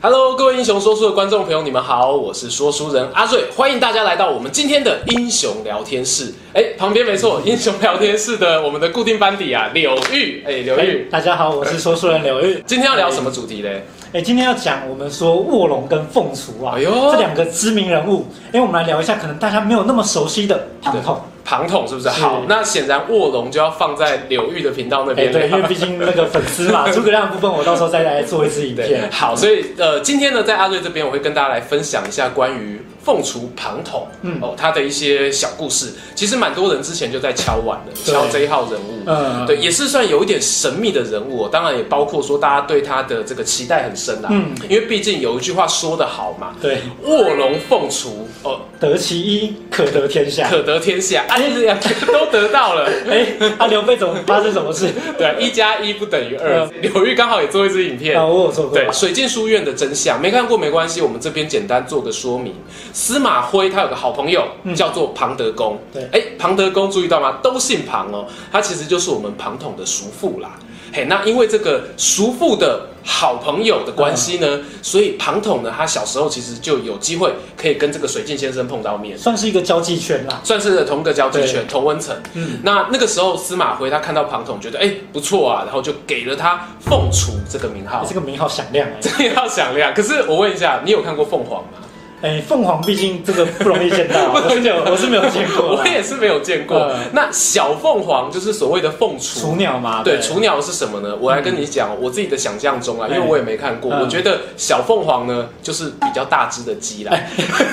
Hello，各位英雄说书的观众朋友，你们好，我是说书人阿瑞，欢迎大家来到我们今天的英雄聊天室。哎，旁边没 错，英雄聊天室的我们的固定班底啊，柳玉，哎，柳玉，大家好，我是说书人刘玉。 今天要聊什么主题嘞？哎，今天要讲我们说卧龙跟凤雏啊，哎呦这两个知名人物。哎，我们来聊一下可能大家没有那么熟悉的庞统。庞统是不是？是好，那显然卧龙就要放在柳玉的频道那哎，边。对，因为毕竟那个粉 丝嘛，诸葛亮的部分我到时候再来做一支影对片。好，所以呃，今天呢，在阿瑞这边，我会跟大家来分享一下关于凤雏庞统，嗯哦，他的一些小故事。其实蛮多人之前就在敲碗了，对敲这一号人物。嗯，对，，也是算有一点神秘的人物、哦，当然也包括说大家对他的这个期待很深啦。嗯因为毕竟有一句话说得好嘛，对，卧龙凤雏，哦，得其一，可得天下。可得天下，啊，这两个 都得到了。哎，啊，刘备怎么发生什么事？对，啊一加一不等于二嗯。柳玉刚好也做一支影片啊，。我有做过。对，《水镜书院的真相》没看过没关系，我们这边简单做个说明。司马徽他有个好朋友嗯叫做庞德公，对哎，庞德公注意到吗？都姓庞哦，他其实就是我们庞统的叔父啦。嘿，那因为这个叔父的好朋友的关系嗯呢，所以庞统呢，他小时候其实就有机会可以跟这个水镜先生碰到面。算是一个交际圈啦。算是同个交际圈对，同温层。嗯那那个时候司马徽他看到庞统，觉得哎、不错啊，然后就给了他凤雏这个名号哎。这个名号响亮哎。 这个要响亮。可是我问一下，你有看过凤凰吗？哎，凤凰毕竟这个不容易见到啊， 不我容易是没有，我是没有见过啦 我。也是没有见过嗯。那小凤凰就是所谓的凤雏嗯雏。鸟嘛，对，雏鸟是什么呢？我来跟你讲我自己的想象中啊，因为我也没看过，嗯我觉得小凤凰呢就是比较大只的鸡啦。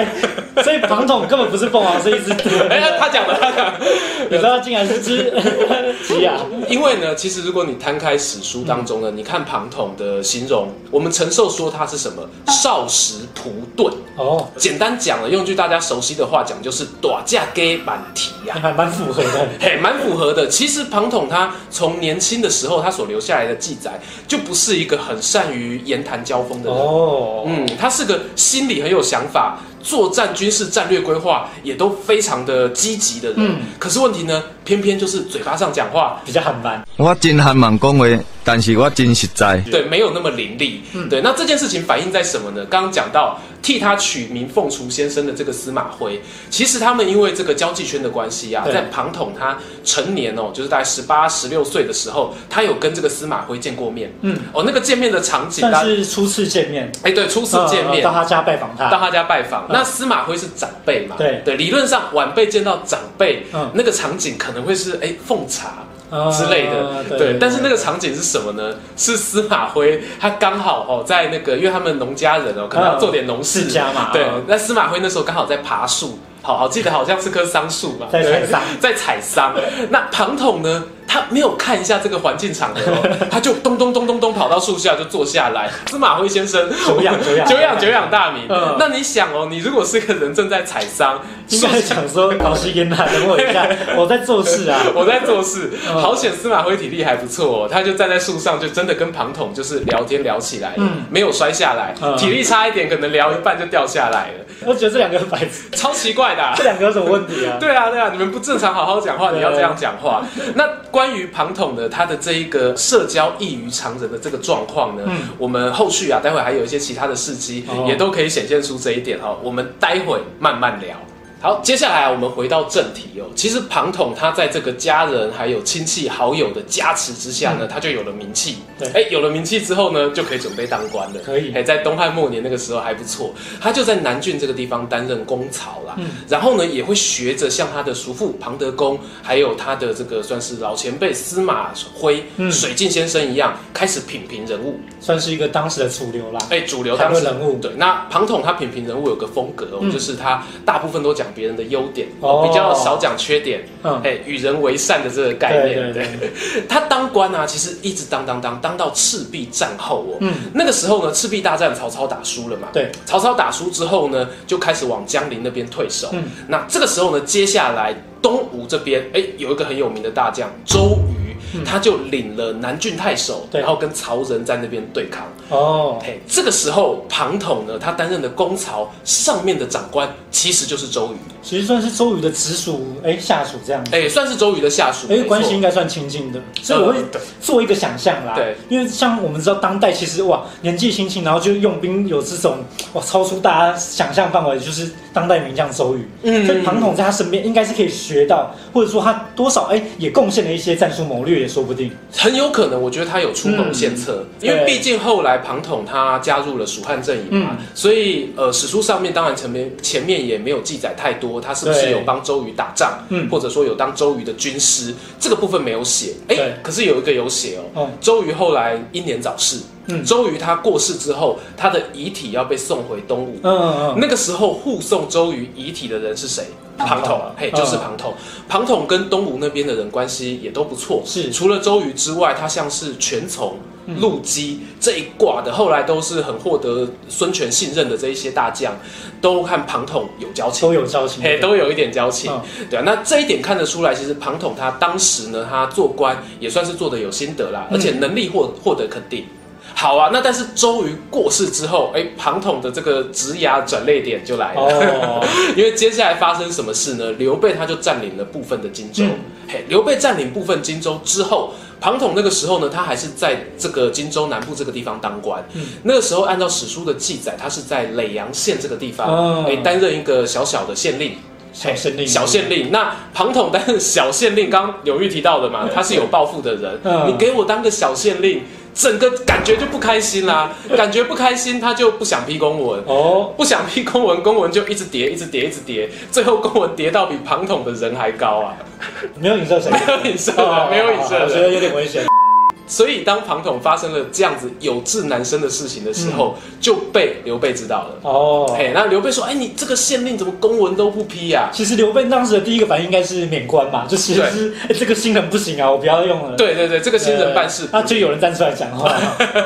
所以庞统根本不是凤凰，是一只鸡。哎，他讲的，他讲的你知道竟然是只 鸡啊？ 因为呢，其实如果你摊开史书当中嗯呢，你看庞统的形容，我们陈寿说他是什么嗯少时仆钝，哦，简单讲了，用句大家熟悉的话讲，就是短价给满蹄呀。还蛮符合的。嘿，蛮符合的。其实庞统他从年轻的时候，他所留下来的记载，就不是一个很善于言谈交锋的人。哦，嗯，他是个心里很有想法，作战军事战略规划也都非常的积极的人。嗯可是问题呢，偏偏就是嘴巴上讲话，比较含蛮。我真含慢讲话，但是我真实在。对，没有那么伶俐。嗯对，那这件事情反映在什么呢？刚刚讲到替他取名凤雏先生的这个司马徽，其实他们因为这个交际圈的关系啊，对在庞统他成年哦，就是大概十八、十六岁的时候，他有跟这个司马徽见过面。嗯，哦，那个见面的场景，算大是初次见面，哎对，初次见面。呃到他家拜访到他，他家拜访，那司马徽是长辈嘛？对对，理论上晚辈见到长辈，嗯那个场景可能会是哎奉茶，呃之类的，对。但是那个场景是什么呢？是司马徽他刚好哦，在那个，因为他们农家人哦，可能要做点农事世，嗯家嘛，对嗯，那司马徽那时候刚好在爬树，好好记得好像是棵桑树嘛，在采对桑， 在采桑。那庞统呢，他没有看一下这个环境场合 哦，他就咚咚咚咚咚跑到树下就坐下来。司马徽先生久仰久 仰久仰久仰大名嗯。那你想哦，你如果是个人正在采桑，应该想说老师给他啊等我 一下，我在做事啊。我在做事，嗯好险司马徽体力还不错、哦，他就站在树上，就真的跟庞统就是聊天聊起来了，嗯没有摔下来，嗯体力差一点可能聊一半就掉下来了，我觉得这两个很白 痴，超奇怪的啊、这两个有什么问题啊？对啊，对啊，你们不正常好好讲话，对啊你要这样讲话。那关于庞统的他的这一个社交异于常人的这个状况呢，嗯我们后续啊，待会还有一些其他的事迹，哦也都可以显现出这一点哦。我们待会慢慢聊。好，接下来啊我们回到正题哦。其实庞统他在这个家人还有亲戚好友的加持之下呢，他就有了名气。嗯对哎，有了名气之后呢，就可以准备当官了。可以哎，在东汉末年那个时候还不错，他就在南郡这个地方担任公曹啦。嗯然后呢，也会学着像他的叔父庞德公，还有他的这个算是老前辈司马徽、嗯水镜先生一样，开始品评人物。算是一个当时的主流啦。哎，主流当时谈论人物对。那庞统他品评人物有个风格、哦，嗯就是他大部分都讲别人的优点，哦比较少讲缺点。嗯，哎，与人为善的这个概念，对对 他当官啊，其实一直当当当当到赤壁战后哦，嗯那个时候呢，赤壁大战曹操打输了嘛，对，曹操打输之后呢，就开始往江陵那边退守。嗯那这个时候呢，接下来东吴这边，哎，有一个很有名的大将周瑜，他就领了南郡太守，嗯对然后跟曹仁在那边对抗。哦，嘿，哎这个时候庞统呢，他担任的公曹上面的长官其实就是周瑜，其实算是周瑜的直属，哎，下属这样子，哎，算是周瑜的下属，哎没，错关系应该算亲近的，所以我会嗯对做一个想象啦。对，因为像我们知道当代其实哇，年纪轻轻，然后就用兵，有这种哇超出大家想象范围，就是当代名将周瑜。嗯所以庞统在他身边应该是可以学到，或者说他多少哎也贡献了一些战术谋略，也说不定。很有可能，我觉得他有出谋献策，嗯因为对毕竟后来庞统他加入了蜀汉阵营嘛，嗯所以呃，史书上面当然前面前面也没有记载太多，他是不是对有帮周瑜打仗，嗯或者说有当周瑜的军师，这个部分没有写。哎对，可是有一个有写哦，哦，周瑜后来英年早逝，嗯周瑜他过世之后，他的遗体要被送回东吴，嗯嗯嗯，那个时候护送周瑜遗体的人是谁？庞庞统统，嘿，就是嗯庞统。庞统跟东吴那边的人关系也都不错，是除了周瑜之外，他像是全从、陆机这一挂的，后来都是很获得孙权信任的这一些大将，都和庞统有交情都。有交情。嘿，都有一点交情，嗯对啊，那这一点看得出来，其实庞统他当时呢，他做官也算是做的有心得啦，嗯而且能力获获得肯定。好啊，那但是周瑜过世之后，哎，庞统的这个职涯转捩点就来了，哦， 因为接下来发生什么事呢？刘备他就占领了部分的荆州。嗯嘿，刘备占领部分荆州之后，庞统那个时候呢，他还是在这个荆州南部这个地方当官。嗯那个时候按照史书的记载，他是在耒阳县这个地方，哎、哦担任一个小小的县令。小县令，小县令，那庞统 担任小县令，刚刚柳玉提到的嘛，他是有抱负的人。嗯你给我当个小县令，整个感觉就不开心啦，感觉不开心，他就不想批公文。哦，不想批公文，公文就一直叠，一直叠，一直叠，最后公文叠到比庞统的人还高啊！ 没有影射谁？没有影射的，哦没有影射我觉的。得有点危险。所以当庞统发生了这样子有志难伸的事情的时候，就被刘备知道了。哦，嘿，那刘备说：“哎，你这个县令怎么公文都不批啊呀、其实刘备当时的第一个反应应该是免官嘛，就其实是、 哎这个新人不行啊，我不要用了。，对对对，这个新人办事不那就有人站出来讲话。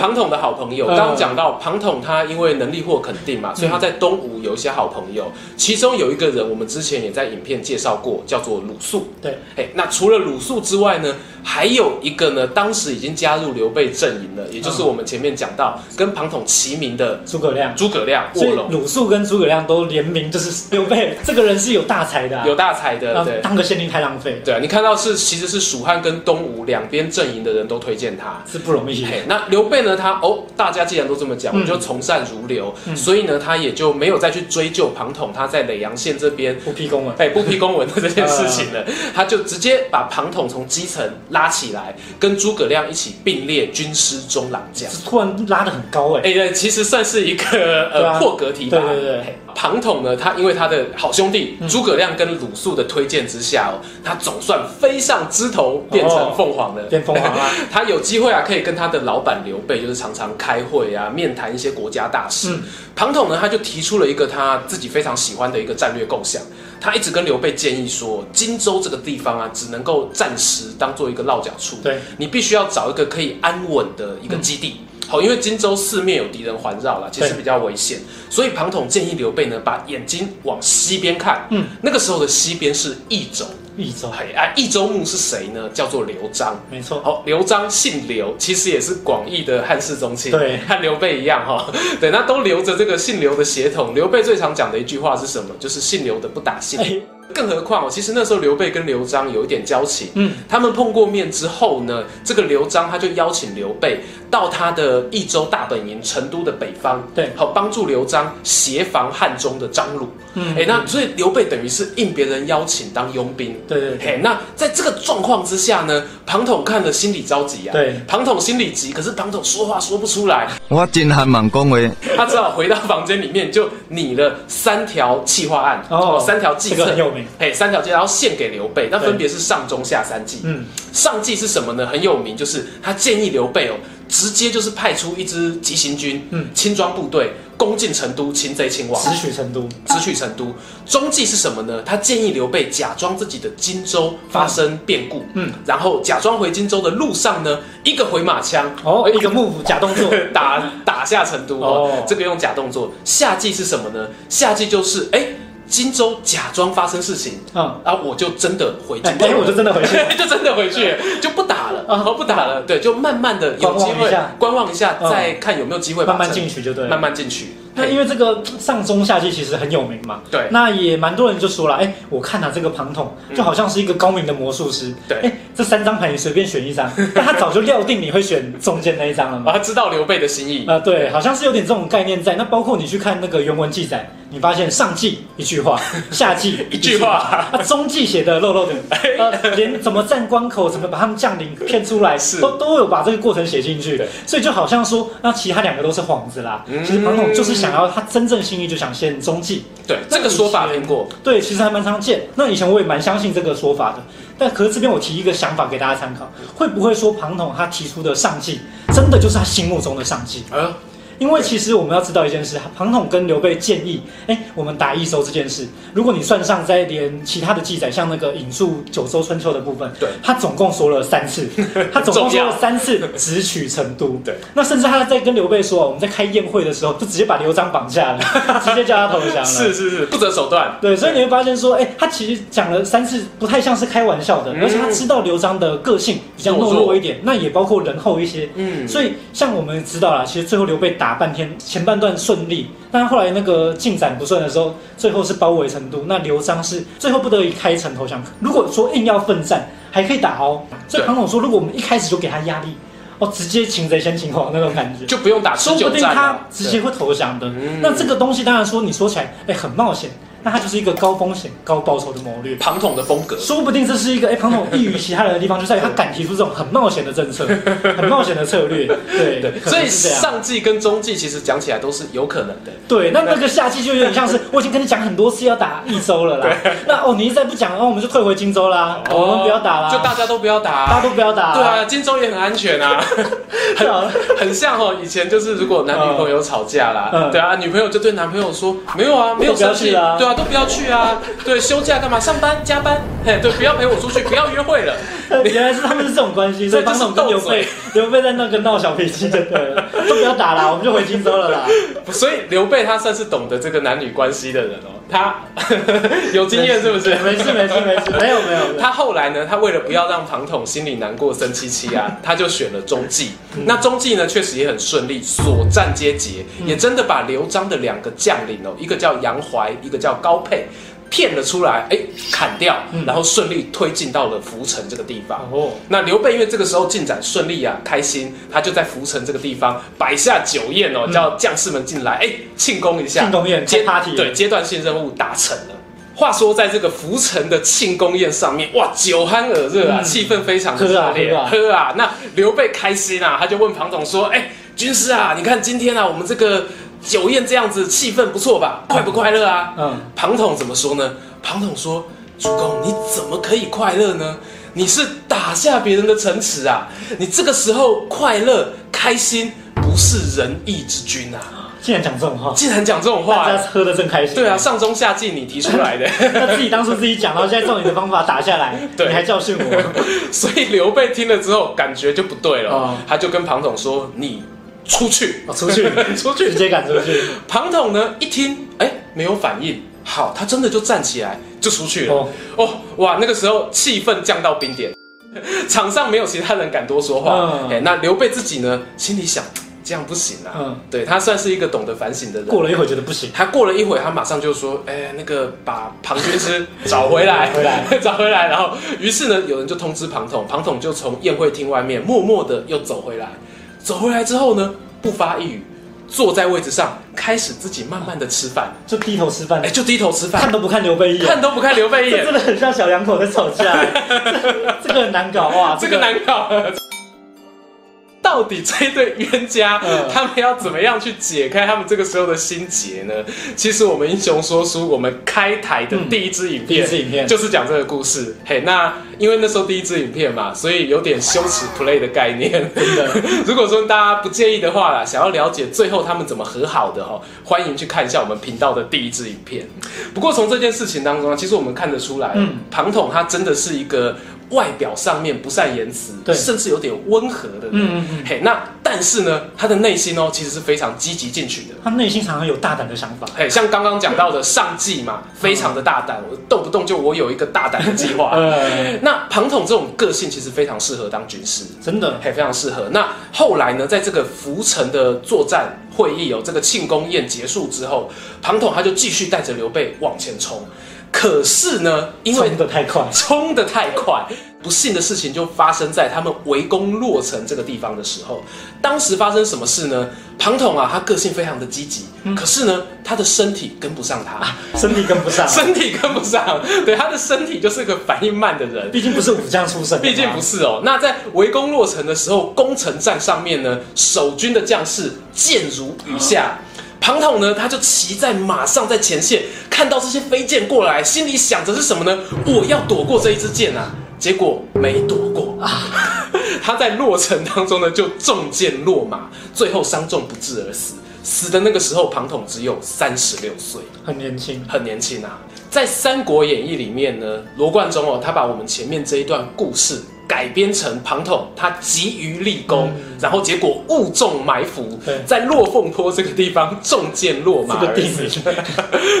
庞统的好朋友，嗯刚刚讲到庞统，他因为能力获肯定嘛，所以他在东吴有一些好朋友，其中有一个人我们之前也在影片介绍过，叫做鲁肃。对，哎，那除了鲁肃之外呢，还有一个呢，当时已经加入刘备阵营了，也就是嗯我们前面讲到跟庞统齐名的诸葛亮，诸葛亮所卧以龙，鲁肃跟诸葛亮都联名，就是刘备这个人是有大才的、啊，有大才的，那对。当个县令太浪费了，对啊，你看到是其实是蜀汉跟东吴两边阵营的人都推荐他，是不容易。嘿，那刘备呢？他哦，大家既然都这么讲，嗯我就从善如流，所以呢，他也就没有再去追究庞统他在耒阳县这边。不批公文，哎，不批公文的这件事情 了，他就直接把庞统从基层拉起来，跟诸葛亮一起并列军师中郎将。是突然拉得很高哎、哎、对其实算是一个对呃啊破格提拔。对对对嘿庞统呢，他因为他的好兄弟诸葛亮跟鲁肃的推荐之下哦，他总算飞上枝头哦变成凤凰了，变凤凰 啦他有机会啊，可以跟他的老板刘备，就是常常开会啊，面谈一些国家大事。嗯庞统呢，他就提出了一个他自己非常喜欢的一个战略构想。他一直跟刘备建议说，荆州这个地方啊，只能够暂时当做一个落脚处。对，嗯你必须要找一个可以安稳的一个基地。好，因为荆州四面有敌人环绕了，其实对比较危险，所以庞统建议刘备呢，把眼睛往西边看。嗯，那个时候的西边是益州。益州，哎啊，益州牧是谁呢？叫做刘璋。没错，好，哦刘璋姓刘，其实也是广义的汉室宗亲，对和刘备一样哈、对，那都留着这个姓刘的血统。刘备最常讲的一句话是什么？就是姓刘的不打 姓。哎、更何况哦，其实那时候刘备跟刘璋有一点交情，嗯，他们碰过面之后呢，这个刘璋他就邀请刘备到他的益州大本营成都的北方，对好帮助刘璋协防汉中的张鲁，嗯，哎、那所以刘备等于是应别人邀请当佣兵，对对对，嘿，那在这个状况之下呢，庞统看了心里着急啊。对庞统心里急，可是庞统说话说不出来， 我真罕慢讲话，他只好回到房间里面，就拟了三条企划案，哦三条计这个策很，有名，嘿，三条计，然后献给刘备，那分别是上中下三计。嗯，上计是什么呢？很有名，就是他建议刘备哦，直接就是派出一支急行军，嗯轻装部队攻进成都，擒贼擒王，直取成都，直取成都。中计是什么呢？他建议刘备假装自己的荆州发生变故，嗯嗯，然后假装回荆州的路上呢，一个回马枪，哦，哎一个幕府假 动作，打打下成都哦哦，这个用假动作。夏季是什么呢？夏季就是哎。荆州假装发生事情，嗯然后啊我就真的回哎荆，州哎了，我就真的回去。 就真的回去，就不打了，然后不打了，对，就慢慢的有机观望一会下观望一下，嗯再看有没有机会把慢慢这进去就对了慢慢进去。那因为为这个嗯上中下季其实很有名嘛，对嗯那也蛮多人就说了，哎，我看他这个庞统就好像是一个高明的魔术师，对哎，这三张牌你随便选一张，但他早就料定你会选中间那一张了嘛，他知道刘备的心意，啊，对，好像是有点这种概念在。那包括你去看那个原文记载，你发现上季一 句话，下季一句话，哎啊，中季写的漏漏 的，呃，连怎么站关口，怎么把他们将领骗出来，是都都有把这个过程写进去对。嗯所以就好像说，那其他两个都是幌子啦。其实庞统就是想要他真正心意，就想先中季。对那这个说法以前听过，对，其实还蛮常见。那以前我也蛮相信这个说法的，但可是这边我提一个想法给大家参考，会不会说庞统他提出的上计，真的就是他心目中的上计？呃，因为其实我们要知道一件事，庞统跟刘备建议，哎，我们打益州这件事，如果你算上再连其他的记载，像那个引述九州春秋的部分，对他总共说了 三次，他总共重说要了三次直取成都，对，那甚至他在跟刘备说，我们在开宴会的时候，就直接把刘璋绑架了， 直接叫他投降了，是是是，不择手段，对，所以你会发现说，哎、他其实讲了三次，不太像是开玩笑的，嗯而且他知道刘璋的个性比较懦弱一点，那也包括仁厚一些。嗯所以像我们知道啦，其实最后刘备打半天，前半段顺利，但后来那个进展不顺的时候，最后是包围成都，那刘璋是最后不得已开城投降。如果说硬要奋战，还可以打哦。所以对庞统说，如果我们一开始就给他压力，哦，直接擒贼先擒王那种感觉，就不用打持说不久定战啊他了，直接会投降的嗯。那这个东西当然说你说起来，哎，很冒险，那它就是一个高风险高报酬的谋略对。庞统的风格，说不定这是一个哎，庞 统异于其他人的地方，就在于他敢提出这种很冒险的政策，很冒险的策略。对对，可所以能是这样。上季跟中季其实讲起来都是有可能的，对，那那个夏季就有点像 是我已经跟你讲很多次要打益州了啦，那哦你一再不讲，哦我们就退回荆州啦，我们不要打啦，哦就大家都不要打，大家都不要打，对啊，荆州也很安全啊， 对啊， 很像哦。以前就是如果男女朋友吵架啦，嗯对啊，女朋友就对男朋友说没有啊，没有生都不要气去啊对啊，都不要去 啊，对，休假干嘛？上班加班，嘿，对，不要陪我出去，不要约会了。 原来是他们是这种关系，所这以就是庞统跟刘斗备嘴，刘备在那个闹小脾气，就对了， 都不要打啦，我们就回荆州了 啦。所以刘备他算是懂得这个男女关系的人哦，他 有经验是不是？没事没事没事，没有没有。没有他后来呢，他为了不要让庞统心里难过、生气气 啊，他就选了中计。嗯那中计呢，确实也很顺利，所战皆捷，嗯也真的把刘璋的两个将领哦，一个叫杨怀，一个叫高沛。骗了出来，哎，砍掉，然后顺利推进到了涪城这个地方。嗯哦，那刘备因为这个时候进展顺利啊，开心，他就在涪城这个地方摆下酒宴哦，叫将士们进来，哎，庆功一下。嗯庆功宴阶开 party 对阶段性任务达成了。话说，在这个浮城的庆功宴上面，哇，酒酣耳热啊，嗯气氛非常的热烈喝，啊喝啊！那刘备开心啊，他就问庞总说：“哎、军师啊，你看今天啊，我们这个酒宴这样子，气氛不错吧？快不快乐啊？”嗯庞统怎么说呢？庞统说：“主公，你怎么可以快乐呢？你是打下别人的城池啊！你这个时候快乐开心，不是仁义之君啊！竟然讲这种话，竟然讲这种话、大家喝的正开心。对啊，，上中下季你提出来的， 那自己当初自己讲，然后现在照你的方法打下来，对你还教训 我，所以刘备听了之后感觉就不对了，哦他就跟庞统说：“你哦出去， 我出去，出直去。接赶出去。”庞统呢一听，哎，没有反应，好，他真的就站起来就出去了。哦哦哇，那个时候气氛降到冰点， 场上没有其他人敢多说话。嗯哎、那刘备自己呢，心里想这样不行啊，嗯对他算是一个懂得反省的人。过了一会儿觉得不行，他过了一会，他马上就说：“哎、那个把庞军师找回来，回来 找回来。”然后，于是呢，有人就通知庞统，庞统就从宴会厅外面默默的又走回来。走回来之后呢，不发一语，坐在位置上开始自己慢慢的吃饭，就低头吃饭哎、，就低头吃看饭，都不看刘备一眼看，都不看刘备一这眼真，的很像小两口在吵 架，这 这个很难搞哇，这个难搞。到底这一对冤家，嗯他们要怎么样去解开他们这个时候的心结呢？其实我们英雄说书，我们开台的第一支影嗯第一片，支影片就是讲这个故事。嘿，那因为那时候第一支影片嘛，所以有点羞耻 play 的概念。真的 如果说大家不介意的话啦，想要了解最后他们怎么和好的哦，欢迎去看一下我们频道的第一支影片。不过从这件事情当中啊，其实我们看得出来，嗯庞统他真的是一个外表上面不善言辞，对甚至有点温和的人。嗯嗯嘿，那但但是呢，他的内心哦其实是非常积极进取的。他内心常常有大胆的想法，哎，像刚刚讲到的上计嘛，非常的大胆，我动不动就我有一个大胆的计划。呃，那庞统这种个性其实非常适合当军师，哎真的嘿，非常适合。那后来呢，在这个浮城的作战会议哦，这个庆功宴结束之后，庞统他就继续带着刘备往前冲。可是呢，因为冲得太快，冲得太快，不幸的事情就发生在他们围攻洛城这个地方的时候。当时发生什么事呢？庞统啊，他个性非常的积极，可是呢，他的身体跟不上他，身体跟不上啊，身体跟不上，对他的身体就是个反应慢的人。毕竟不是武将出身，毕竟不。是哦。那在围攻洛城的时候，攻城战上面呢，守军的将士箭如雨下。庞统呢，他就骑在马上在前线，看到这些飞箭过来，心里想着是什么呢？我要躲过这一支箭啊！结果没躲过 啊。他在洛城当中呢，就中箭落马，最后伤重不治而死。死的那个时候，庞统只有三十六岁。很年轻，很年轻啊。在《三国演义》里面呢，罗贯中哦，他把我们前面这一段故事改编成庞统他急于立功，然后结果误中埋伏嗯对，在落凤坡这个地方中箭落马这个而地死。 名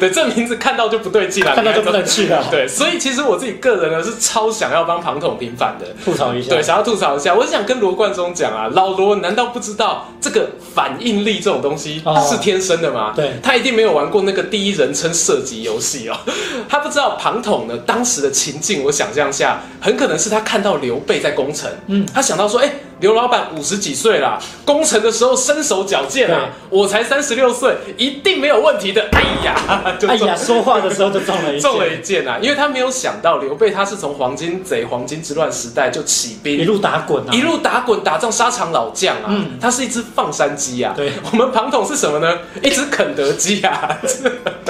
对，这名字看到就不对劲了，看到就不能你还去了。对，所以其实我自己个人呢是超想要帮庞统平反的。吐槽一下，对，想要吐槽一下，我想跟罗贯中讲啊，老罗难道不知道这个反应力这种东西哦是天生的吗？对他一定没有玩过那个第一人称射击游戏哦， 他不知道庞统呢当时的情境，我想象下，很可能是他看到刘备在攻城，嗯，他想到说，哎、刘老板五十几岁啦，攻城的时候身手矫健啊，我才三十六岁，一定没有问题的。哎呀， 就哎中呀，说话的时候就中了一箭中了一箭啊！因为他没有想到刘备他是从黄金贼、黄金之乱时代就起兵，一路打滚啊，一路打滚打仗沙场老将啊，嗯他是一只放山鸡啊。对， 我们庞统是什么呢？一只肯德基啊，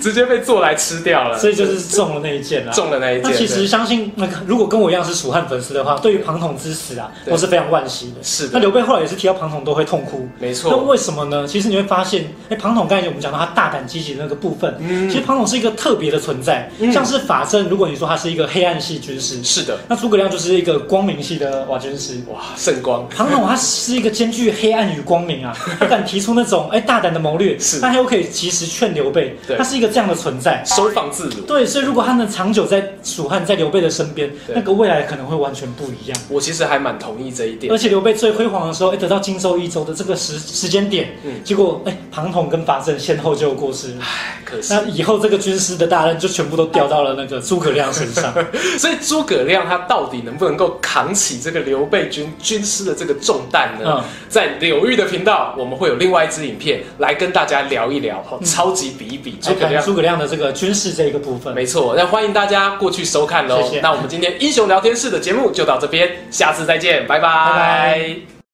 直接被做来吃掉了。所以就是中了那一箭啊。中了那一那箭。其实对相信那个，如果跟我一样是蜀汉粉丝的话，对于庞统之死啊，对我是非常惋惜的。是的那刘备后来也是提到庞统都会痛哭，没那错，为什么呢？其实你会发现，哎，庞统刚才我们讲到他大胆积极的那个部分，嗯其实庞统是一个特别的存在，像是法正，如果你说他是一个黑暗系军师，是的，那诸葛亮就是一个光明系的瓦军 师。哇，圣光庞统他是一个兼具黑暗与光明啊，他敢提出那种哎大胆的谋 略，是但他又可以及时劝刘备对，他是一个这样的存在。收放自如。对，所以如果他能长久在蜀汉，在刘备的身边，对那个未来可能会完全不一样。我其实还蛮同意这一点而。且刘备最辉煌的时候，哎，得到荆州一州的这个时时间点，嗯结果哎，庞统跟法正先后就过世了。唉可惜那，以后这个军师的大任就全部都掉到了那个诸葛亮身上。所以诸葛亮他到底能不能够扛起这个刘备军军师的这个重担呢？嗯在柳玉的频道，我们会有另外一支影片来跟大家聊一聊，哦超级比一比 诸嗯来葛看亮哎诸葛亮的这个军事这一个部分。没错，那欢迎大家过去收看喽。哦谢谢那我们今天英雄聊天室的节目就到这边，下次再见，拜拜拜